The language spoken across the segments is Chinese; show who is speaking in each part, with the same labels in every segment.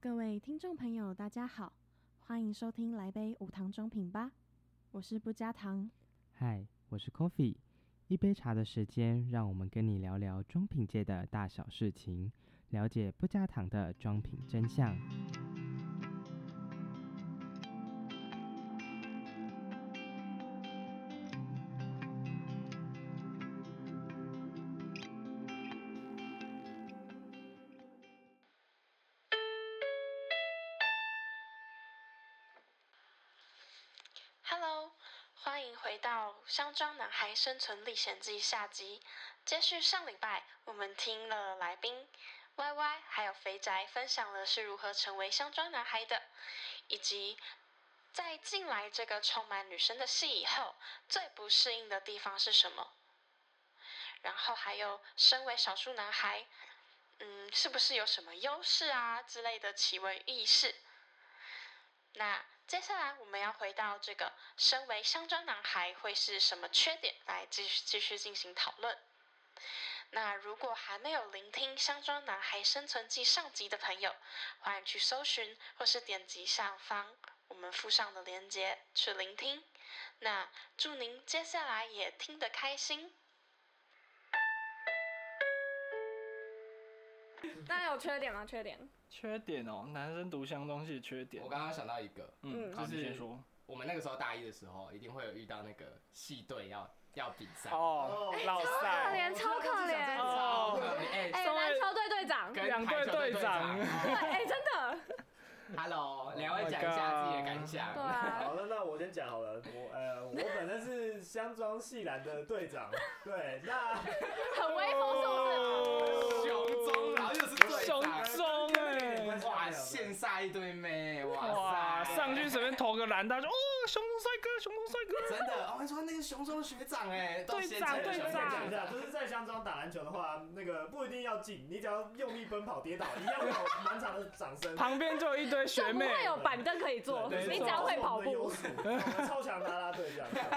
Speaker 1: 各位听众朋友，大家好，欢迎收听《来杯无糖中品吧》，我是不加糖。
Speaker 2: 嗨，我是 Coffee，一杯茶的时间，让我们跟你聊聊装品界的大小事情，了解不加糖的装品真相。
Speaker 3: Hello，欢迎回到《香庄男孩生存历险记》下集。接续上礼拜，我们听了来宾 Y Y 还有肥宅分享了是如何成为香庄男孩的，以及在进来这个充满女生的戏以后，最不适应的地方是什么。然后还有，身为少数男孩，嗯，是不是有什么优势啊之类的奇闻异事？那接下来我们要回到这个，身为香蕉男孩会是什么缺点来继续继续进行讨论。那如果还没有聆听《香蕉男孩生存记》上集的朋友，欢迎去搜寻或是点击下方我们附上的链接去聆听。那祝您接下来也听得开心。
Speaker 4: 那有缺点吗？缺点，
Speaker 5: 缺点哦，男生读相东西的缺点
Speaker 6: 我，刚刚想到一个，
Speaker 5: 嗯，
Speaker 6: 就
Speaker 5: 好，你
Speaker 6: 是
Speaker 5: 先说。
Speaker 6: 我们那个时候大一的时候，一定会有遇到那个系队要要比赛。
Speaker 5: 哦，老
Speaker 4: 可
Speaker 7: 哎
Speaker 5: 赛，
Speaker 4: 怜，超可怜。
Speaker 6: 哦，
Speaker 5: 哦，
Speaker 6: 哎、
Speaker 4: 哎，
Speaker 5: 稍微
Speaker 4: 篮球队队长，对，
Speaker 6: 跟
Speaker 5: 两队
Speaker 6: 排球队
Speaker 5: 队 Oh
Speaker 6: 长
Speaker 4: 哎，真的，
Speaker 6: ，Hello，两位讲一下自己的感想。
Speaker 4: 对啊，
Speaker 7: 好，那那我先讲好了。我呃，我本身是香庄系篮的队长，对，那
Speaker 4: 很威风，是不是？
Speaker 5: 哦
Speaker 6: 雄中，
Speaker 5: 啊
Speaker 6: 然后又是队
Speaker 5: 雄
Speaker 6: 长，
Speaker 5: 中哎，
Speaker 6: 哇，现杀一堆妹，
Speaker 5: 哇，
Speaker 6: 哇塞，
Speaker 5: 上去随便投个篮，大家就哦，雄中帅哥，雄中帅哥，
Speaker 6: 真的，哦我跟你说那个雄中的学长哎，到
Speaker 5: 队
Speaker 6: 现
Speaker 5: 长
Speaker 6: 在的
Speaker 5: 队
Speaker 6: 雄中
Speaker 5: 长
Speaker 6: 学
Speaker 7: 讲一下，就是在香庄打篮球的话，那个不一定要进，你只要用力奔跑跌倒，一样会有满场的掌声。
Speaker 5: 旁边就有一堆学
Speaker 4: 就不
Speaker 5: 妹，
Speaker 4: 会有哦板凳可以坐，
Speaker 7: 对
Speaker 4: 你只要会跑，步
Speaker 7: 这。是我们的优势我们超强啦啦队这样子。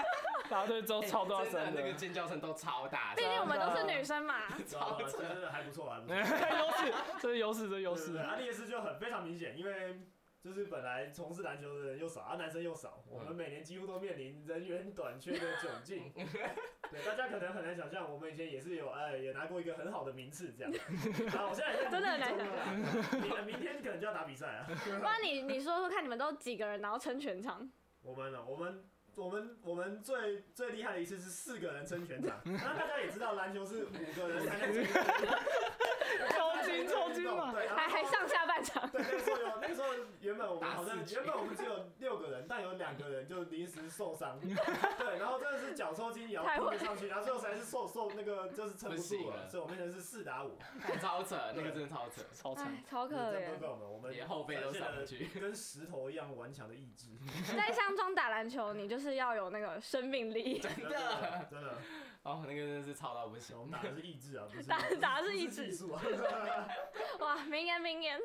Speaker 5: 然后对周
Speaker 7: 哎
Speaker 5: 超多
Speaker 6: 真的
Speaker 5: 声
Speaker 6: 那个
Speaker 5: 的，
Speaker 6: 尖叫声都超大
Speaker 4: 毕
Speaker 6: 声，
Speaker 4: 竟我们都是女生嘛，
Speaker 7: 超真的还不错，还不错。
Speaker 5: 优势， 这是优势，这是优势
Speaker 7: 对，。啊，劣势就很非常明显，因为就是本来从事篮球的人又少，啊，男生又少，我
Speaker 5: 嗯
Speaker 7: 们每年几乎都面临人员短缺的窘 境。对，大家可能很难想象，我们以前也是有，哎，也拿过一个很好的名次这样。啊，我现在也在
Speaker 4: 真的很难
Speaker 7: 努力中啊你们明天可能就要打比赛啊。
Speaker 4: 不然你你说说看，你们都几个人，然后撑全 场？
Speaker 7: 我们哦呢，我们。我们我们最最厉害的一次是四个人撑全 场，那大家也知道篮球是五个人才能撑
Speaker 5: 抽筋抽筋嘛，
Speaker 7: 对，然后
Speaker 4: 还还上下半场？
Speaker 7: 对，那个时候有，那个时候原本我们
Speaker 6: 打
Speaker 7: 好像
Speaker 6: 死
Speaker 7: 原本我们只有六个人，但有两个人就临时受 伤，对，然后真的是脚抽筋也要
Speaker 4: 太
Speaker 7: 扑
Speaker 4: 会
Speaker 7: 了上去，然后最后实在是受受那个就是撑不
Speaker 6: 不行
Speaker 7: 住了，
Speaker 6: 了
Speaker 7: 所以我们变成是四打五，
Speaker 6: 超扯，那个真的超扯，
Speaker 5: 超惨
Speaker 4: 哎，，超可
Speaker 7: 这
Speaker 4: 怜
Speaker 7: 不。够我们，我们
Speaker 6: 连后背都上不去。
Speaker 7: 跟石头一样顽强的意志，
Speaker 4: 在乡中打篮球，你就是要有那个生命力，
Speaker 7: 真的真的，
Speaker 6: 哦，那个真的是超到不行。
Speaker 7: 我们打的是意志啊，不 是
Speaker 4: 打打的是
Speaker 7: 不
Speaker 4: 意
Speaker 7: 技
Speaker 4: 志。
Speaker 7: 术啊，
Speaker 4: 哇，名言名言。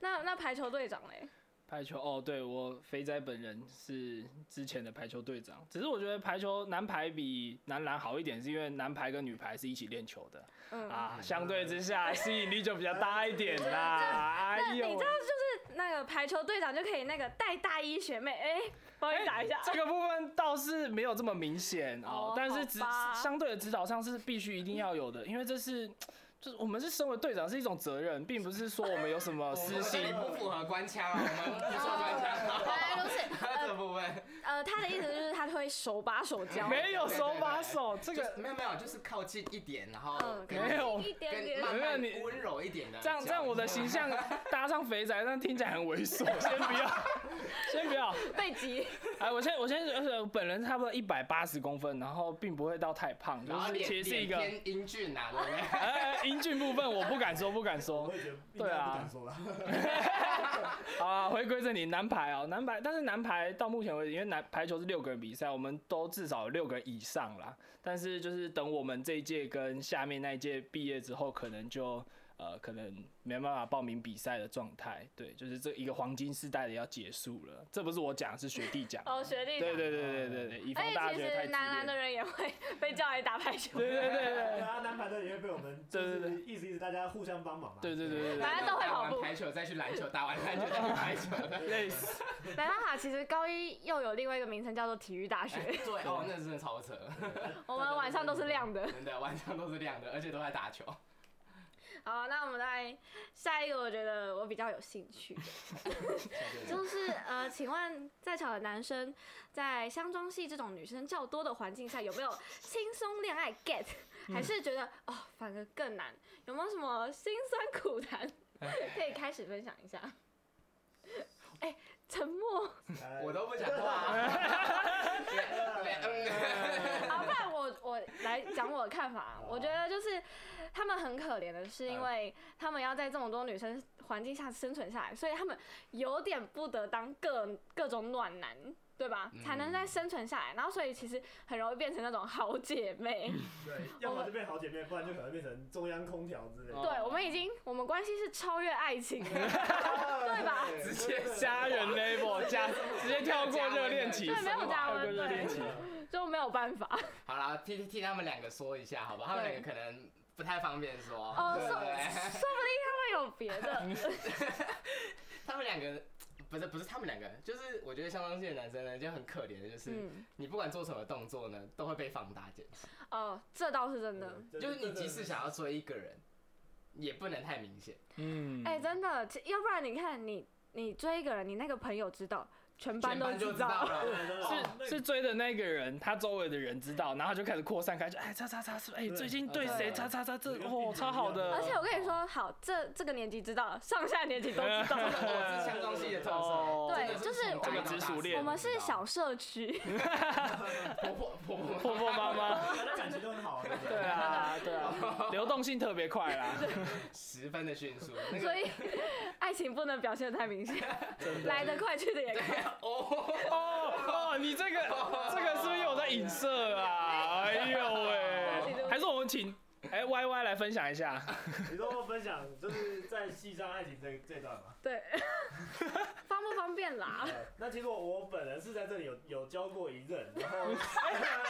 Speaker 4: 那那排球队长嘞？
Speaker 5: 排球哦，对我肥仔本人是之前的排球队长，只是我觉得排球男排比男篮好一点，是因为男排跟女排是一起练球的、
Speaker 4: 嗯，
Speaker 5: 啊，相对之下吸引力就比较大一点啦。
Speaker 4: 那
Speaker 5: 哎
Speaker 4: 你
Speaker 5: 呦
Speaker 4: 知，道就是那个排球队长就可以那个带大一学妹，哎、帮你打一下。
Speaker 5: 这个部分倒是没有这么明显哦
Speaker 4: 哦，
Speaker 5: 但是指
Speaker 4: 好吧
Speaker 5: 相对的指导上是必须一定要有的，因为这是就是我们是身为队长是一种责任，并不是说我们有什么私心。
Speaker 6: 你不符合官腔啊，我们不说官 腔。
Speaker 4: 原来如此。
Speaker 6: 这个部分
Speaker 4: 呃，他的意思就是他会手把手教，
Speaker 5: 没有手把手，这
Speaker 6: 就
Speaker 5: 个
Speaker 6: 是没有没有，就是靠近一点，然后
Speaker 4: 嗯，
Speaker 6: 跟
Speaker 5: 没有
Speaker 4: 一点
Speaker 6: 跟
Speaker 4: 点。
Speaker 6: 慢
Speaker 5: 没有
Speaker 6: 慢
Speaker 5: 你
Speaker 6: 温柔一点的。
Speaker 5: 这样这样我的形 象搭上肥仔，但听起来很猥琐， 先不要，先不要。
Speaker 4: 背脊，
Speaker 5: 哎，我先我先而且我本人差不多一百八十公分，然后并不会到太胖，就
Speaker 6: 然后
Speaker 5: 是
Speaker 6: 脸
Speaker 5: 其实是一个
Speaker 6: 脸偏英俊啊，对不对？
Speaker 5: 哎哎英俊部分我不敢说不敢说
Speaker 7: 我。也觉得应
Speaker 5: 对
Speaker 7: 该
Speaker 5: 啊
Speaker 7: 不敢说了，
Speaker 5: 好啊，回归正题，男排哦，男排，但是男排到目前为止，因为男排球是六个人比赛，我们都至少有六个人以上啦。但是就是等我们这一届跟下面那一届毕业之后，可能就呃可能没办法报名比赛的状态。对，就是这一个黄金世代的要结束了，这不是我讲，是学弟讲。
Speaker 4: 哦，学弟。
Speaker 5: 对对对对对对，以防大
Speaker 4: 而
Speaker 5: 家
Speaker 4: 且
Speaker 5: 觉
Speaker 4: 其
Speaker 5: 得太
Speaker 4: 实
Speaker 5: 自
Speaker 4: 男篮的
Speaker 5: 恋。
Speaker 4: 人也会被叫来打排球，
Speaker 5: 对对对
Speaker 7: 对
Speaker 5: 对
Speaker 7: 啊，男排队也会被我们就
Speaker 5: 对对
Speaker 7: 是一直一直大家互相帮忙嘛。
Speaker 5: 对对对对对，
Speaker 4: 反正都会跑步
Speaker 6: 打完排球再去篮球，打完篮球再去排球。
Speaker 5: 类似。
Speaker 4: 没办法，其实高一又有另外一个名称叫做体育大
Speaker 6: 哎
Speaker 4: 学，
Speaker 6: 对哦，那真的超扯，
Speaker 4: 我们晚上都是亮的。
Speaker 6: 真的晚上都是亮的，而且都在打球。
Speaker 4: 好，那我们来下一个，我觉得我比较有兴趣的，就是呃，请问在场的男生在相中系这种女生较多的环境下，有没有轻松恋爱 get，还是觉得、哦反而更难？有没有什么辛酸苦谈可以开始分享一下？哎、沉默，
Speaker 7: 哎，
Speaker 6: 我都不讲话。 对，嗯
Speaker 4: 好，啊不然我我来讲我的看法。啊我觉得就是他们很可怜的是，
Speaker 7: 嗯
Speaker 4: 因为他们要在这么多女生环境下生存下来，所以他们有点不得当各各种暖男，对吧？才能
Speaker 7: 嗯
Speaker 4: 再生存下来。然后所以其实很容易变成那种好姐妹。
Speaker 7: 对，要么就变好姐妹，不然就可能变成中央空调之类的。
Speaker 4: 对，我们已经我们关系是超越爱情 的，对吧？
Speaker 7: 对
Speaker 6: 直接
Speaker 5: 家人 level 加直接跳过热恋期，
Speaker 4: 对没有加温
Speaker 5: 跳过热恋期。
Speaker 4: 就没有办法。
Speaker 6: 好啦，替替他们两个说一下，好吧？他们两个可能不太方便说。
Speaker 4: 哦
Speaker 6: 对
Speaker 4: 说
Speaker 6: 对
Speaker 4: 说不定他们有别 的，
Speaker 6: 他们两个不是不是他们两个，就是我觉得相当性的男生呢就很可怜的，就是、
Speaker 4: 嗯，
Speaker 6: 你不管做什么动作呢，都会被放大检视。
Speaker 4: 哦，这倒是真的。
Speaker 7: 对
Speaker 6: 就是你即使想要追一个人，也不能太明显，
Speaker 5: 嗯，
Speaker 4: 哎、真的，其要不然你看你你追一个人，你那个朋友知道，全班
Speaker 6: 全
Speaker 4: 都
Speaker 6: 班就
Speaker 4: 知
Speaker 6: 知道
Speaker 4: 道。
Speaker 6: 了。
Speaker 5: 是是追的哦那个人，他周围的人知道，然后就开始扩散开去，哎，叉叉叉是，哎，
Speaker 7: 对
Speaker 5: 最近对
Speaker 6: 对
Speaker 5: 谁叉叉叉这
Speaker 7: 你跟病
Speaker 5: 哦
Speaker 7: 毒
Speaker 5: 超好的，
Speaker 4: 而且我跟你说，好，这这个年纪知道，上下年纪都知道。
Speaker 6: 我 是相当性的特色。
Speaker 5: 哦
Speaker 4: 对
Speaker 6: 真的
Speaker 4: 就是
Speaker 6: 从大
Speaker 5: 这个
Speaker 6: 到
Speaker 5: 直
Speaker 6: 大
Speaker 5: 属
Speaker 6: 都
Speaker 5: 恋
Speaker 4: 我们
Speaker 6: 知
Speaker 4: 是
Speaker 6: 道
Speaker 4: 小社区，
Speaker 6: 婆婆婆婆
Speaker 5: 婆婆妈妈，
Speaker 7: 大家感情都很好，对不
Speaker 5: 对
Speaker 7: 对？
Speaker 5: 啊对 啊，流动性特别快啦，
Speaker 6: 十分的迅速， 那
Speaker 4: 所
Speaker 6: 个
Speaker 4: 以爱情不能表现的太明显，来得快去得也快。
Speaker 6: 哦，
Speaker 5: 哦哦，你这 个这个是不是有在影射啊？哎呦
Speaker 7: 啊
Speaker 5: 喂，还是我们请哎 Y Y 来分享一下，
Speaker 7: 你都分享就是在戏上爱情这这段嘛。
Speaker 4: 对，方不方便 啦？
Speaker 7: 对那其实我我本人是在这里有有交过一任，然后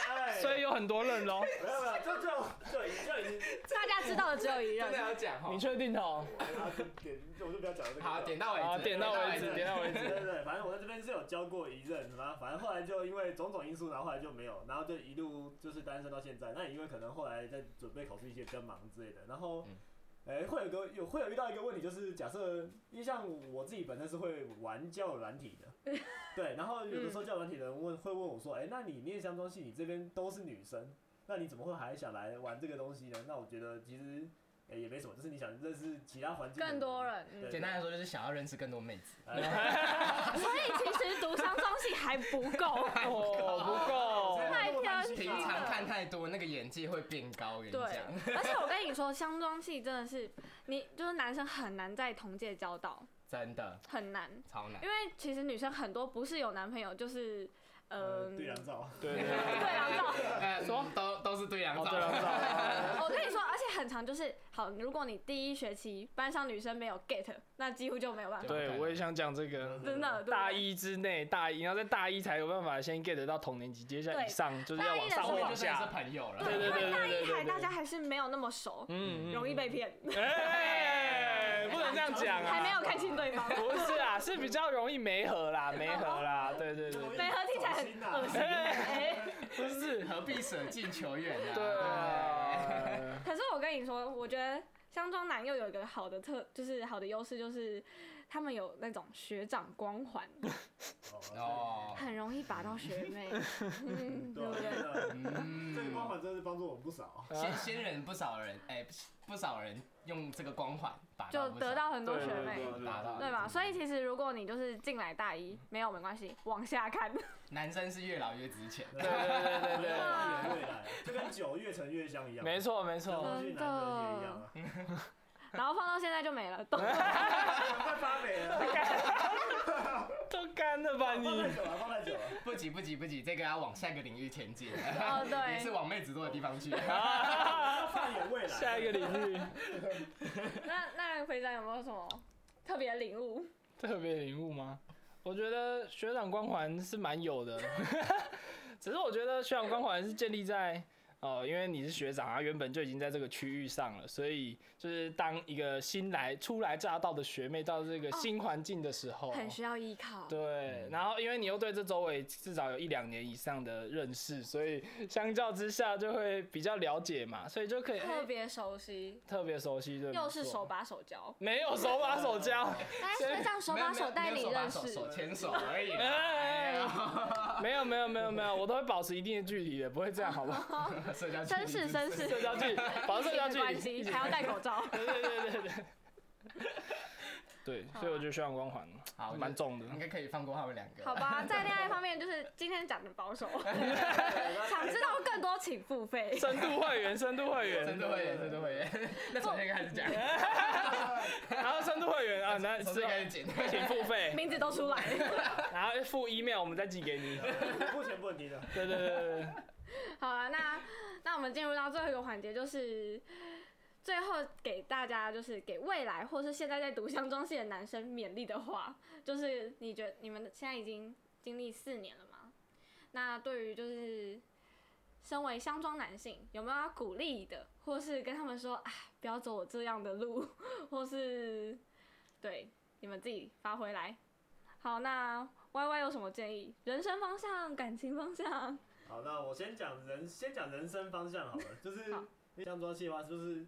Speaker 7: 哎
Speaker 5: 所以有很多人喽，
Speaker 7: 没有没有，就就就已就已经
Speaker 4: 大家知道的只有一
Speaker 6: 真的
Speaker 4: 人。
Speaker 6: 要讲哈
Speaker 5: 啊你。确定哦？
Speaker 7: 啊点我就不要讲了这个。
Speaker 6: 好，点到为
Speaker 5: 好，
Speaker 6: 止，
Speaker 5: 啊点到为止，点到为
Speaker 7: 对
Speaker 5: 止。
Speaker 7: 对对，反正我在这边是有交过一任，然后反正后来就因为种种因素，然后后来就没有，然后就一路就是单身到现在。那也因为可能后来在准备考试一些比较忙之类的，然后
Speaker 6: 嗯，
Speaker 7: 哎、会有个有会有遇到一个问题，就是假设因为像我自己本身是会玩交友软体 的，对，然
Speaker 4: 嗯
Speaker 7: 后有的时候交友软体的人问会问我说，哎、那你念相中系，你这边都是女生，那你怎么会还想来玩这个东西呢？那我觉得其实。哎也没什么，就是你想认识其他环境的
Speaker 4: 更多人，嗯
Speaker 7: 对
Speaker 6: 简单来说就是想要认识更多妹子。
Speaker 7: 哎
Speaker 4: 所以其实读商中系还不 够，
Speaker 5: 哦，
Speaker 7: 真的那么担心啊
Speaker 6: 平常看太多，那个眼界会变高，我跟你
Speaker 4: 对
Speaker 6: 讲。
Speaker 4: 而且我跟你说，相中系真的是你就是男生很难在同届交到，
Speaker 6: 真的
Speaker 4: 很难。
Speaker 6: 超难
Speaker 4: 因。为其实女生很多不是有男朋友，就是
Speaker 7: 呃，
Speaker 4: 嗯，
Speaker 7: 对狼照，
Speaker 5: 不够，对
Speaker 4: 对啊 照。
Speaker 6: 呃
Speaker 5: 什么
Speaker 6: 都都是对
Speaker 5: 哦
Speaker 6: 阳照
Speaker 5: 对，啊照
Speaker 4: 我跟你说，而且很常就是好，如果你第一学期班上女生没有 get，那几乎就没有办法，
Speaker 5: 对，我也想讲这个。
Speaker 4: 真的。对
Speaker 5: 大。一之内，大一，然后在大一才有办法先 get 到同年级，接下来以上就是要往上
Speaker 6: 后
Speaker 5: 或
Speaker 6: 面
Speaker 5: 往
Speaker 6: 就算是
Speaker 5: 下。
Speaker 6: 朋友了。
Speaker 5: 对对对
Speaker 4: 大
Speaker 5: 对
Speaker 4: 一
Speaker 5: 对对
Speaker 4: 还
Speaker 5: 对。
Speaker 4: 大家还是没有那么熟，
Speaker 5: 嗯，嗯
Speaker 4: 容易被骗，
Speaker 5: 哎，不能这样讲啊。
Speaker 4: 还没有看清对 方。
Speaker 5: 不是啊，是比较容易没合啦，没合啦，对对对。
Speaker 4: 北河听起来很恶 心，哎，
Speaker 5: 不是，
Speaker 6: 何必舍近求远呢？
Speaker 5: 对啊。
Speaker 4: 可是我跟你说，我觉得香妆男又有一个好的特，就是好的优势，就是他们有那种学长光环，
Speaker 6: 哦，
Speaker 4: 很容易拔到学 妹，嗯，
Speaker 7: 对
Speaker 4: 对不对？
Speaker 7: 啊，这个光
Speaker 6: 嗯，
Speaker 7: 环真的是帮助我们不少。
Speaker 6: 先先人不少人，哎，不少人用这个光环把
Speaker 4: 就得到很多
Speaker 5: 对
Speaker 4: 学
Speaker 5: 对
Speaker 4: 妹，
Speaker 5: 对
Speaker 6: 达到，
Speaker 4: 对吧？所以其实如果你就是进来大一没有没关系，往下看，
Speaker 6: 男生是越老越值钱。
Speaker 5: 对对对对
Speaker 7: 越未来就跟酒越陈越香一
Speaker 5: 对，
Speaker 7: 样，
Speaker 5: 没错 没错。
Speaker 7: 我去男人也一样啊，
Speaker 4: 然后放到现在就没 了，懂吗？
Speaker 7: 快发霉了，
Speaker 5: 都干了吧
Speaker 7: 放
Speaker 5: 你
Speaker 7: 太？久了，放太久了，
Speaker 6: 不不急不急不急，这个要往下一个领域前进，
Speaker 4: 哦
Speaker 6: 也是
Speaker 4: 对，啊
Speaker 6: 往妹子多的地方去。
Speaker 7: 要放眼未来。
Speaker 5: 下一个领域，
Speaker 4: 那那肥仔有没有什么特别领悟？
Speaker 5: 特别领悟吗？我觉得学长光环是蛮有的，只是我觉得学长光环是建立在哦、因为你是学长啊，原本就已经在这个区域上了，所以就是当一个新来初来乍到的学妹到这个新环境的时候，
Speaker 4: 很需要依靠。
Speaker 5: 哦对，然后因为你又对这周围至少有一两年以上的认识，所以相较之下就会比较了解嘛，所以就可以、
Speaker 4: 特
Speaker 5: 哎
Speaker 4: 别熟悉，
Speaker 5: 特别熟悉，对，
Speaker 4: 又
Speaker 5: 没
Speaker 4: 是
Speaker 5: 错
Speaker 4: 手把手教，
Speaker 5: 没有手把手教，
Speaker 4: 但是这样手
Speaker 6: 没有
Speaker 4: 把手带
Speaker 6: 没
Speaker 4: 你
Speaker 6: 有没有手把
Speaker 4: 认识，
Speaker 6: 手手牵手而已啦。
Speaker 5: 哎
Speaker 6: 哎呀，
Speaker 5: 没有没有没有没有，我都会保持一定的距离的，不会这样，好 不好？
Speaker 6: 社交距离
Speaker 4: 绅 士绅士，
Speaker 5: 社交距离，保持社交
Speaker 4: 疫情的
Speaker 5: 距
Speaker 4: 关
Speaker 5: 离。
Speaker 4: 系还要戴口罩。
Speaker 5: 对对对对对。对，所以我觉得学长光环
Speaker 6: 好，我觉得
Speaker 5: 蛮重的。
Speaker 6: 应该可以放过他们两个。
Speaker 4: 好吧，在恋爱方面就是今天讲的保 守，想知道更多请付费。
Speaker 5: 深度会员，深度会
Speaker 6: 真
Speaker 5: 员，
Speaker 6: 的会员，真的会员。 那从现在开始讲，
Speaker 4: 哦
Speaker 5: 然后 深度会员啊，那
Speaker 6: 从
Speaker 5: 是
Speaker 6: 现在开始剪。
Speaker 5: 请付费，
Speaker 4: 名字都出来了。
Speaker 5: 然后付 email 我们再寄给你。
Speaker 7: 目前不能低调。
Speaker 5: 对对对对对，
Speaker 4: 好了，那那我们进入到最后一个环节，就是最后给大家，就是给未来或是现在在读相中系的男生勉励的话，就是你觉你们现在已经经历四年了嘛？那对于就是身为相中男性，有没有要鼓励的，或是跟他们说，哎，不要走我这样的路， 或是对你们自己发挥来。好，那 Y Y 有什么建议？人生方向、感情方向？
Speaker 7: 好，那我先讲人，先讲人生方向好了，就是
Speaker 4: 好
Speaker 7: 你像装戏的话，就是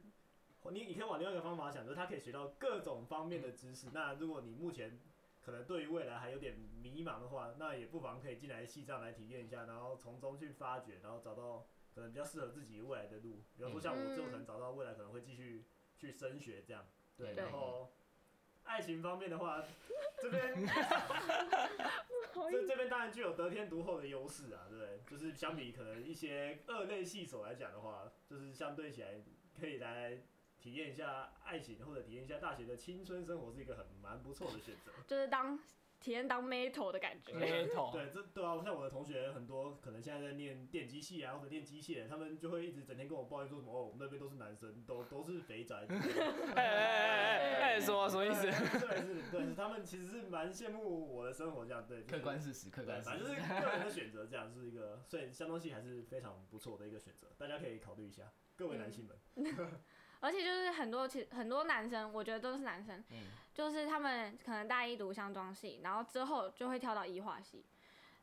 Speaker 7: 你你可以往另外一个方法想，就是他可以学到各种方面的知识。那如果你目前可能对于未来还有点迷茫的话，那也不妨可以进来系上来体验一下，然后从中去发掘，然后找到可能比较适合自己未来的路。比方说像我，就可能找到未来可能会继续去升学这样。对，
Speaker 6: 对
Speaker 7: 然后爱情方面的话，这边这这边当然具有得天独厚的优势啊，对不对？就是相比可能一些二类系所来讲的话，就是相对起来可以来体验一下爱情，或者体验一下大学的青春生活，是一个很蛮不错的选择。
Speaker 4: 就是当体验当 metal 的感觉。
Speaker 5: 没头。
Speaker 7: 对，这对啊，像我的同学很多，可能现在在念电机系啊，或者念机械，他们就会一直整天跟我抱怨说什么哦，我们那边都是男生，都都是肥宅之类的。
Speaker 5: 哎哎哎哎，什么什么意思
Speaker 7: 对？是，对，是他们其实是蛮羡慕我的生活这样，对，就是
Speaker 6: 客观事实，客
Speaker 7: 对，
Speaker 6: 观事
Speaker 7: 反正 就
Speaker 6: 实。
Speaker 7: 是个人的选择，这样是一个，所以相东系还是非常不错的一个选择，大家可以考虑一下，各位男性们。
Speaker 4: 而且就是很多其很多男生，我觉得都是男生，
Speaker 6: 嗯
Speaker 4: 就是他们可能大一读相装系，然后之后就会跳到医化系，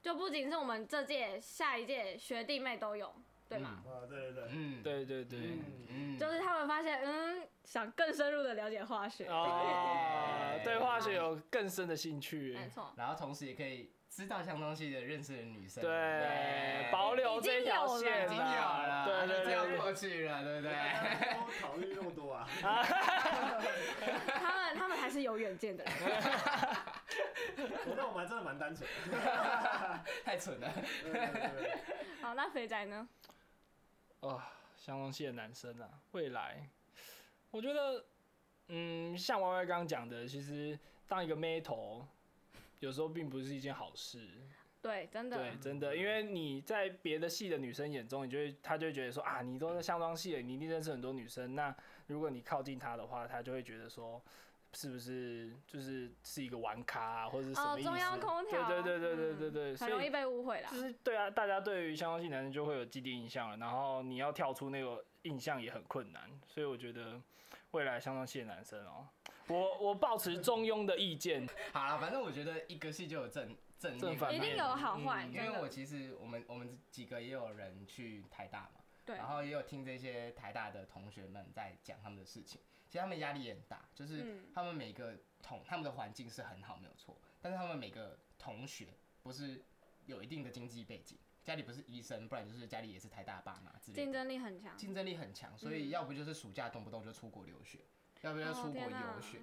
Speaker 4: 就不仅是我们这届、下一届学弟妹都有，对吗？
Speaker 7: 啊，对对对，
Speaker 6: 嗯，
Speaker 5: 对对对。
Speaker 6: 嗯，
Speaker 4: 就是他们发现，嗯，想更深入的了解化学，
Speaker 5: 哦，对化学有更深的兴趣。
Speaker 4: 没错，
Speaker 6: 然后同时也可以知道相东西的认识的女生，
Speaker 5: 对，保留这条线
Speaker 6: 已经有了，
Speaker 5: 对对
Speaker 6: 就这
Speaker 5: 对
Speaker 6: 样过去了，对不对？
Speaker 4: 啊
Speaker 7: 大家都考虑那么多啊，
Speaker 4: 他们他们还是有远见的人。
Speaker 7: 我那我们还真的蛮单纯的。
Speaker 6: 太蠢了。
Speaker 7: 对对对对
Speaker 4: 好，那肥仔呢？
Speaker 5: 哦，相中系的男生啊，未来，我觉得，嗯，像 Y Y 刚刚讲的，其实当一个妹头，有时候并不是一件好事。
Speaker 4: 对，真的
Speaker 5: 对，，真的，因为你在别的系的女生眼中，你就会，她就会觉得说啊，你都在相装系了，你一定认识很多女生。那如果你靠近她的话，她就会觉得说，是不是就是是一个玩咖啊，或者是什
Speaker 4: 哦
Speaker 5: 么，意思？
Speaker 4: 中央空调，
Speaker 5: 对对对对对对对，
Speaker 4: 嗯
Speaker 5: 所
Speaker 4: 很
Speaker 5: 以
Speaker 4: 容易被误会啦
Speaker 5: 就。是对啊，大家对于相关性男生就会有既定印象了，然后你要跳出那个印象也很困难，所以我觉得未来相关性的男生哦、我我保持中庸的 意见，
Speaker 6: 好了，反正我觉得一个系就有正正
Speaker 5: 正
Speaker 6: 面
Speaker 5: 反
Speaker 4: 一
Speaker 5: 面
Speaker 4: 定有好坏，
Speaker 5: 嗯
Speaker 6: 因
Speaker 4: 真
Speaker 6: 为
Speaker 4: 的
Speaker 6: 我其实我们我们几个也有人去台大嘛，
Speaker 4: 对
Speaker 6: 然后也有听这些台大的同学们在讲他们的事情，其实他们压力也很大，就是
Speaker 4: 嗯
Speaker 6: 他们每个同他们的环境是很好没有错，但是他们每个同学不是有一定的经济背景，家里不是医生，不然就是家里也是台大爸妈之类
Speaker 4: 竞
Speaker 6: 的，
Speaker 4: 争力很强。
Speaker 6: 竞争力很强，所以要不就是暑假动不动就出国留学，要不就
Speaker 4: 哦
Speaker 6: 出国
Speaker 4: 天哪
Speaker 6: 游学，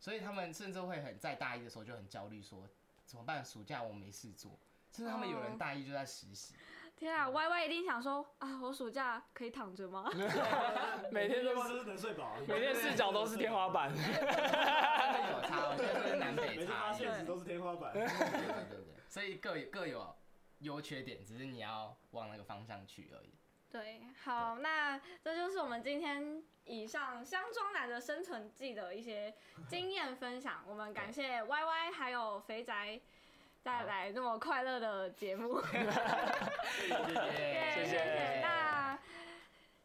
Speaker 6: 所以他们甚至会很在大一的时候就很焦虑，说怎么办？暑假我没事做，甚至他们有人
Speaker 4: 哦
Speaker 6: 大一就在实习，
Speaker 4: 天
Speaker 6: 嗯
Speaker 4: 啊，Y Y 一定想说啊，我暑假可以躺着吗？
Speaker 5: 每天都
Speaker 7: 希望
Speaker 5: 是
Speaker 7: 就是能睡饱 啊，
Speaker 5: 每天视角都是天花 板，
Speaker 6: 真的有哦差，我觉得这是南
Speaker 7: 每
Speaker 6: 北
Speaker 7: 次发
Speaker 6: 差异。
Speaker 7: 现实都是天花板。
Speaker 6: 对对对对，所以各有各有优缺点，只是你要往那个方向去而已。
Speaker 4: 对，好，那这就是我们今天以上香庄男的生存记的一些经验分享。我们感谢 Y Y 还有肥宅带来那么快乐的节 目，谢
Speaker 6: 谢谢，
Speaker 4: 谢。那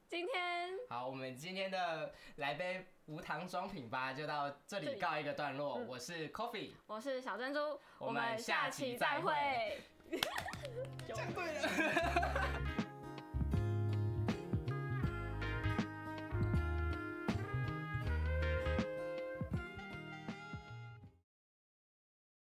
Speaker 4: 今天
Speaker 6: 好，我们今天的来杯无糖装品吧，就到
Speaker 4: 这
Speaker 6: 这里
Speaker 4: 里
Speaker 6: 告一个段落。
Speaker 4: 嗯
Speaker 6: 我是 Coffee，
Speaker 4: 我是小珍珠，
Speaker 6: 我们下期再
Speaker 4: 再
Speaker 6: 会
Speaker 4: 会。